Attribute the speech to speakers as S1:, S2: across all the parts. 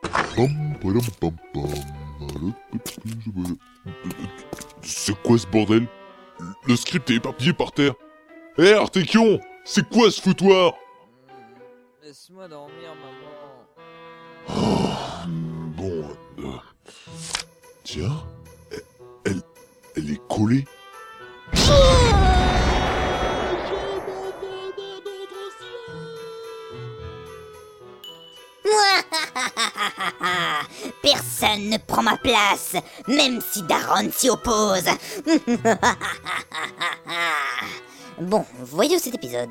S1: Pam, padam, pam, pam. Alors, qu'est-ce que je veux- C'est quoi ce bordel Le script est éparpillé par terre. Hé, Artekion C'est quoi ce foutoir
S2: Laisse-moi dormir, maman.
S1: Bon, euh, tiens, elle, elle est collée.
S3: Personne ne prend ma place, même si Daron s'y oppose. bon, voyons cet épisode.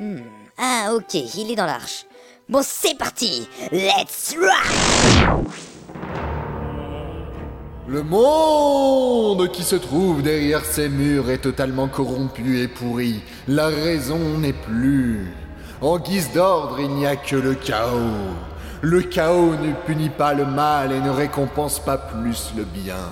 S3: Hmm, Ah, ok, il est dans l'arche. Bon, c'est parti. Let's rock.
S4: Le monde qui se trouve derrière ces murs est totalement corrompu et pourri. La raison n'est plus. En guise d'ordre, il n'y a que le chaos. Le chaos ne punit pas le mal et ne récompense pas plus le bien.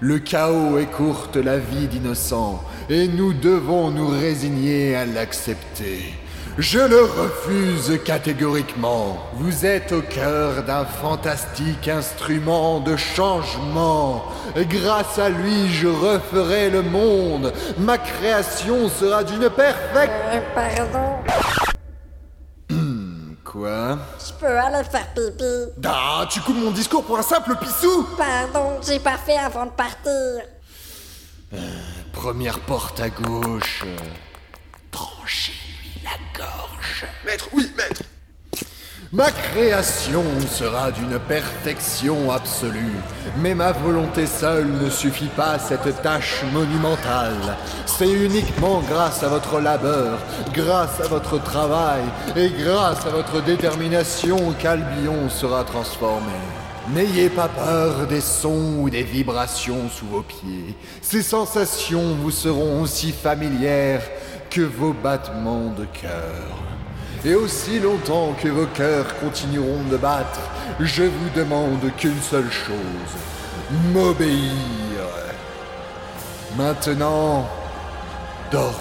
S4: Le chaos écourte la vie d'innocents et nous devons nous résigner à l'accepter. Je le refuse catégoriquement. Vous êtes au cœur d'un fantastique instrument de changement. Grâce à lui, je referai le monde. Ma création sera d'une perfecte...
S5: Euh, Pardon,
S4: Quoi
S5: je peux aller faire pipi.
S4: Ah, tu coupes mon discours pour un simple pissou
S5: Pardon, j'ai pas fait avant de partir.
S4: Première porte à gauche. Tranchez-lui la gorge. Maître, oui, maître. Ma création sera d'une perfection absolue, mais ma volonté seule ne suffit pas à cette tâche monumentale. C'est uniquement grâce à votre labeur, grâce à votre travail et grâce à votre détermination qu'Albion sera transformé. N'ayez pas peur des sons ou des vibrations sous vos pieds. Ces sensations vous seront aussi familières que vos battements de cœur. Et aussi longtemps que vos cœurs continueront de battre, je vous demande qu'une seule chose, m'obéir. Maintenant, dormez.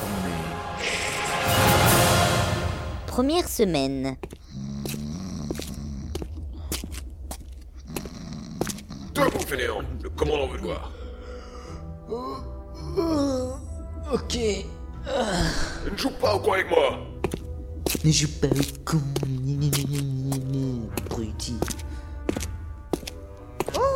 S3: Première semaine.
S6: Toi, mon fainéant, le commandant veut te voir.
S2: Ok.
S6: Ne joue pas au coin avec moi
S2: Ne joue pas au con. Ni, ni, ni, ni, ni, ni, ni. Trop utile.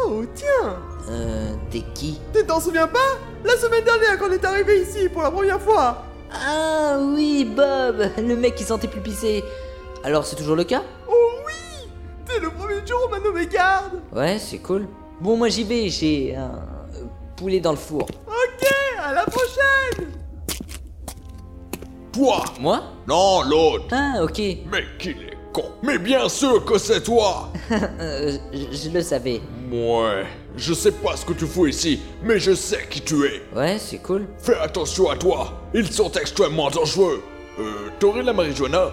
S7: Oh, tiens
S2: Euh, t'es qui
S7: Tu t'en souviens pas La semaine dernière, quand on est arrivé ici pour la première fois
S2: Ah oui, Bob Le mec qui sentait plus pisser. Alors, c'est toujours le cas
S7: Oh oui Dès le premier jour, on m'a nommé garde
S2: Ouais, c'est cool. Bon, moi j'y vais, j'ai un euh, poulet dans le four.
S7: Ok, à la prochaine
S6: Toi
S2: Moi
S6: Non, l'autre
S2: Ah, ok.
S6: Mais qu'il est con Mais bien sûr que c'est toi
S2: Euh, je, je le savais.
S6: Ouais, je sais pas ce que tu fous ici, mais je sais qui tu es
S2: Ouais, c'est cool.
S6: Fais attention à toi Ils sont extrêmement dangereux Euh, t'aurais de la marijuana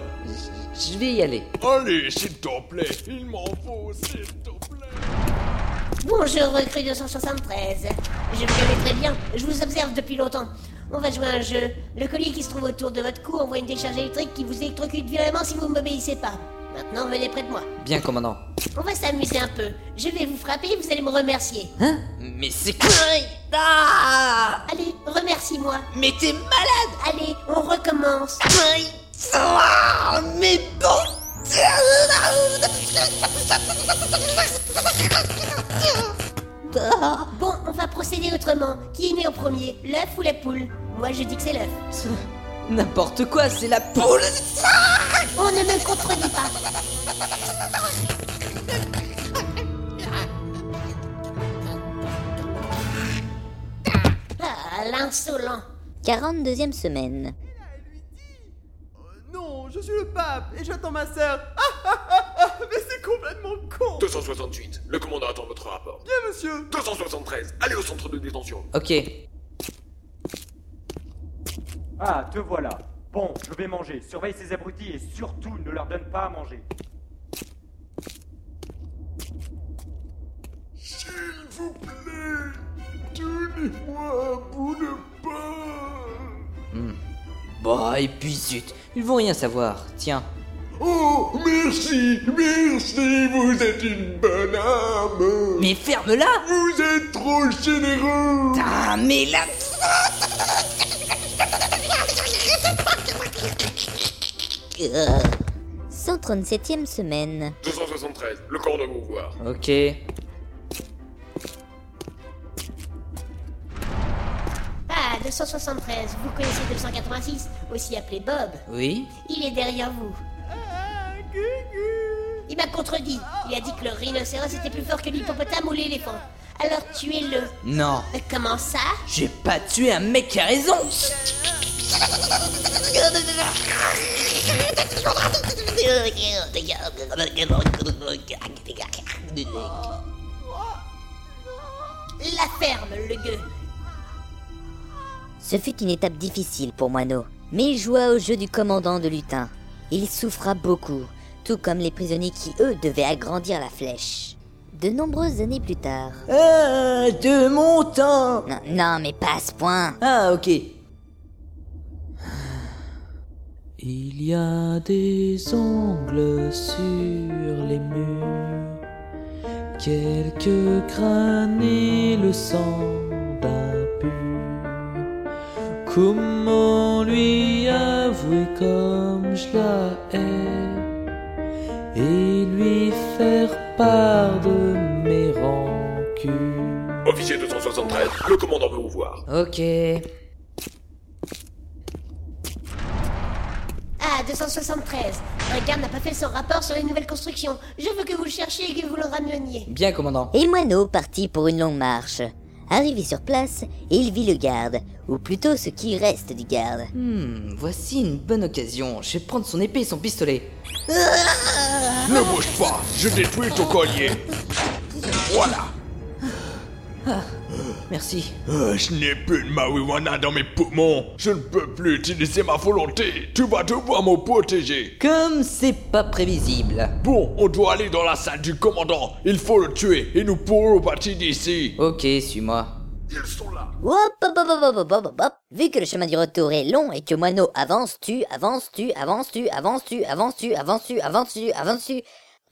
S2: Je vais y aller.
S6: Allez, s'il te plaît Il m'en faut, s'il te plaît
S8: Bonjour recrue 273. Je vous connais très bien, je vous observe depuis longtemps. On va jouer à un jeu. Le collier qui se trouve autour de votre cou envoie une décharge électrique qui vous électrocute violemment si vous ne m'obéissez pas. Maintenant, venez près de moi.
S2: Bien, commandant.
S8: On va s'amuser un peu. Je vais vous frapper et vous allez me remercier.
S2: Hein Mais c'est quoi
S8: Allez, remercie-moi.
S2: Mais t'es malade
S8: Allez, on recommence.
S2: Mais bon
S8: Bon, on va procéder autrement. Qui est né en premier, l'œuf ou la poule Moi, je dis que c'est l'œuf.
S2: N'importe quoi, c'est la poule
S8: On ne me contredit pas. Ah, l'insolent.
S3: 42e semaine.
S7: Non, je suis le pape et j'attends ma sœur. Ah, Mais c'est complètement con
S6: 268, le commandant attend votre rapport.
S7: Bien, monsieur
S6: 273, allez au centre de détention
S2: Ok,
S9: Ah, te voilà. Bon, je vais manger. Surveille ces abrutis et surtout ne leur donne pas à manger.
S6: S'il vous plaît, donnez-moi un bout de pain
S2: Bah, et puis zut, ils vont rien savoir. Tiens,
S6: Oh, merci, merci, vous êtes une bonne âme.
S2: Mais ferme-la
S6: Vous êtes trop généreux.
S2: Ah, mais la...
S3: Euh, 137e semaine.
S6: 273, le corps de Gougoir.
S2: Ok.
S8: Ah, 273, vous connaissez 286, aussi appelé Bob.
S2: Oui
S8: Il est derrière vous. Il m'a contredit. Il a dit que le rhinocéros était plus fort que l'hippopotame ou l'éléphant. Alors tuez-le.
S2: Non.
S8: Euh, Comment ça
S2: J'ai pas tué un mec qui a raison
S8: La ferme, le gueux.
S3: Ce fut une étape difficile pour Moineau, mais il joua au jeu du commandant de lutin. Il souffra beaucoup, tout comme les prisonniers qui, eux, devaient agrandir la flèche. De nombreuses années plus tard.
S2: Ah, de mon temps
S3: Non, non, mais pas à ce point
S2: Ah, ok. Il y a des ongles sur les murs, quelques crânes et le sang d'un pur. Comment lui avouer comme je la hais et lui faire part de mes rancunes?
S6: Officier 273, le commandant veut vous voir.
S2: Ok.
S8: Ah, 273. Un garde n'a pas fait son rapport sur les nouvelles constructions. Je veux que vous le cherchiez et que vous le rameniez.
S2: Bien, commandant.
S3: Et Moineau partit pour une longue marche. Arrivé sur place, il vit le garde, ou plutôt ce qui reste du garde.
S2: Hmm, voici une bonne occasion. Je vais prendre son épée et son pistolet.
S6: Ne bouge pas, je détruis ton collier. Voilà.
S2: Merci.
S6: Euh, je n'ai plus de marijuana dans mes poumons. Je ne peux plus utiliser ma volonté. Tu vas devoir me protéger.
S2: Comme c'est pas prévisible.
S6: Bon, on doit aller dans la salle du commandant. Il faut le tuer et nous pourrons partir d'ici.
S2: Ok, suis-moi.
S6: Ils sont là.
S3: Hop, hop, hop, hop, hop, hop, hop, hop. Vu que le chemin du retour est long et que Moineau avance, tu, avance, tu, avance, tu, avance, tu, avance, tu, avance, tu, avance, tu, avance, tu,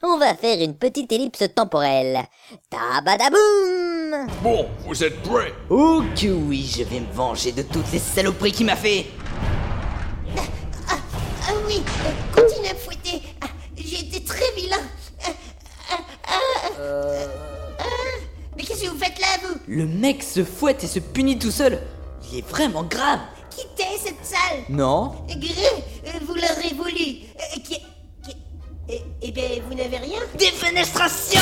S3: on va faire une petite ellipse temporelle. Tabadaboum
S6: Bon, vous êtes prêts
S2: Oh que oui, je vais me venger de toutes les saloperies qu'il m'a fait.
S8: Ah, ah oui, euh, continuez à me fouetter. Ah, J'ai été très vilain. Ah, ah, ah, ah. Mais qu'est-ce que vous faites là, vous
S2: Le mec se fouette et se punit tout seul. Il est vraiment grave.
S8: Quittez cette salle.
S2: Non
S8: Gré, euh, vous l'aurez voulu. Euh, qui- qui- Eh, eh ben, vous n'avez rien
S2: Défenestration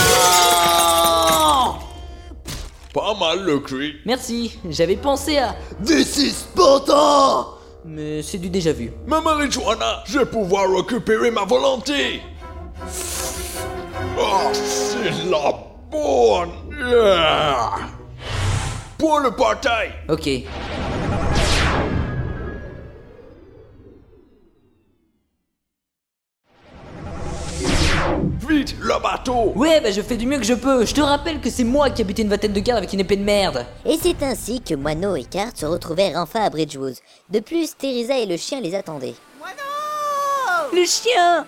S6: Pas mal le cri.
S2: Merci, j'avais pensé à...
S6: This is Sparta
S2: Mais c'est du déjà vu.
S6: Ma marijuana, je vais pouvoir récupérer ma volonté. Oh, c'est la bonne. Yeah. Pour le portail.
S2: Ok.
S6: Vite, le bateau.
S2: Ouais, bah je fais du mieux que je peux. Je te rappelle que c'est moi qui ai buté une vingtaine de gardes avec une épée de merde.
S3: Et c'est ainsi que Moineau et Carte se retrouvèrent enfin à Bridgewood. De plus, Teresa et le chien les attendaient.
S7: Moi non
S2: Le chien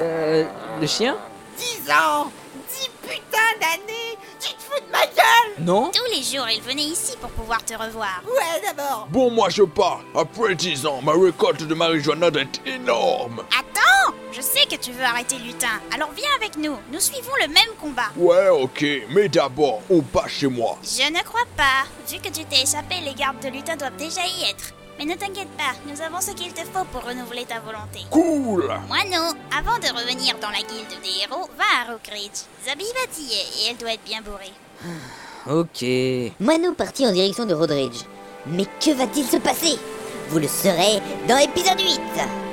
S2: Euh... Le chien
S7: 10 ans 10 putains d'années Tu te fous de ma gueule
S2: Non
S10: Tous les jours, il venait ici pour pouvoir te revoir.
S7: Ouais, d'abord
S6: Bon, moi je pars. Après 10 ans, ma récolte de marijuana est énorme.
S10: Attends Je sais que tu veux arrêter Lutin, alors viens avec nous. Nous suivons le même combat.
S6: Ouais, ok, mais d'abord, on part chez moi.
S10: Je ne crois pas. Vu que tu t'es échappé, les gardes de Lutin doivent déjà y être. Mais ne t'inquiète pas, nous avons ce qu'il te faut pour renouveler ta volonté.
S6: Cool
S10: Moineau, avant de revenir dans la guilde des héros, va à Rockridge. Zabi va t'y est et elle doit être bien bourrée.
S2: Ok.
S3: Moineau partit en direction de Rodridge. Mais que va-t-il se passer Vous le saurez dans épisode 8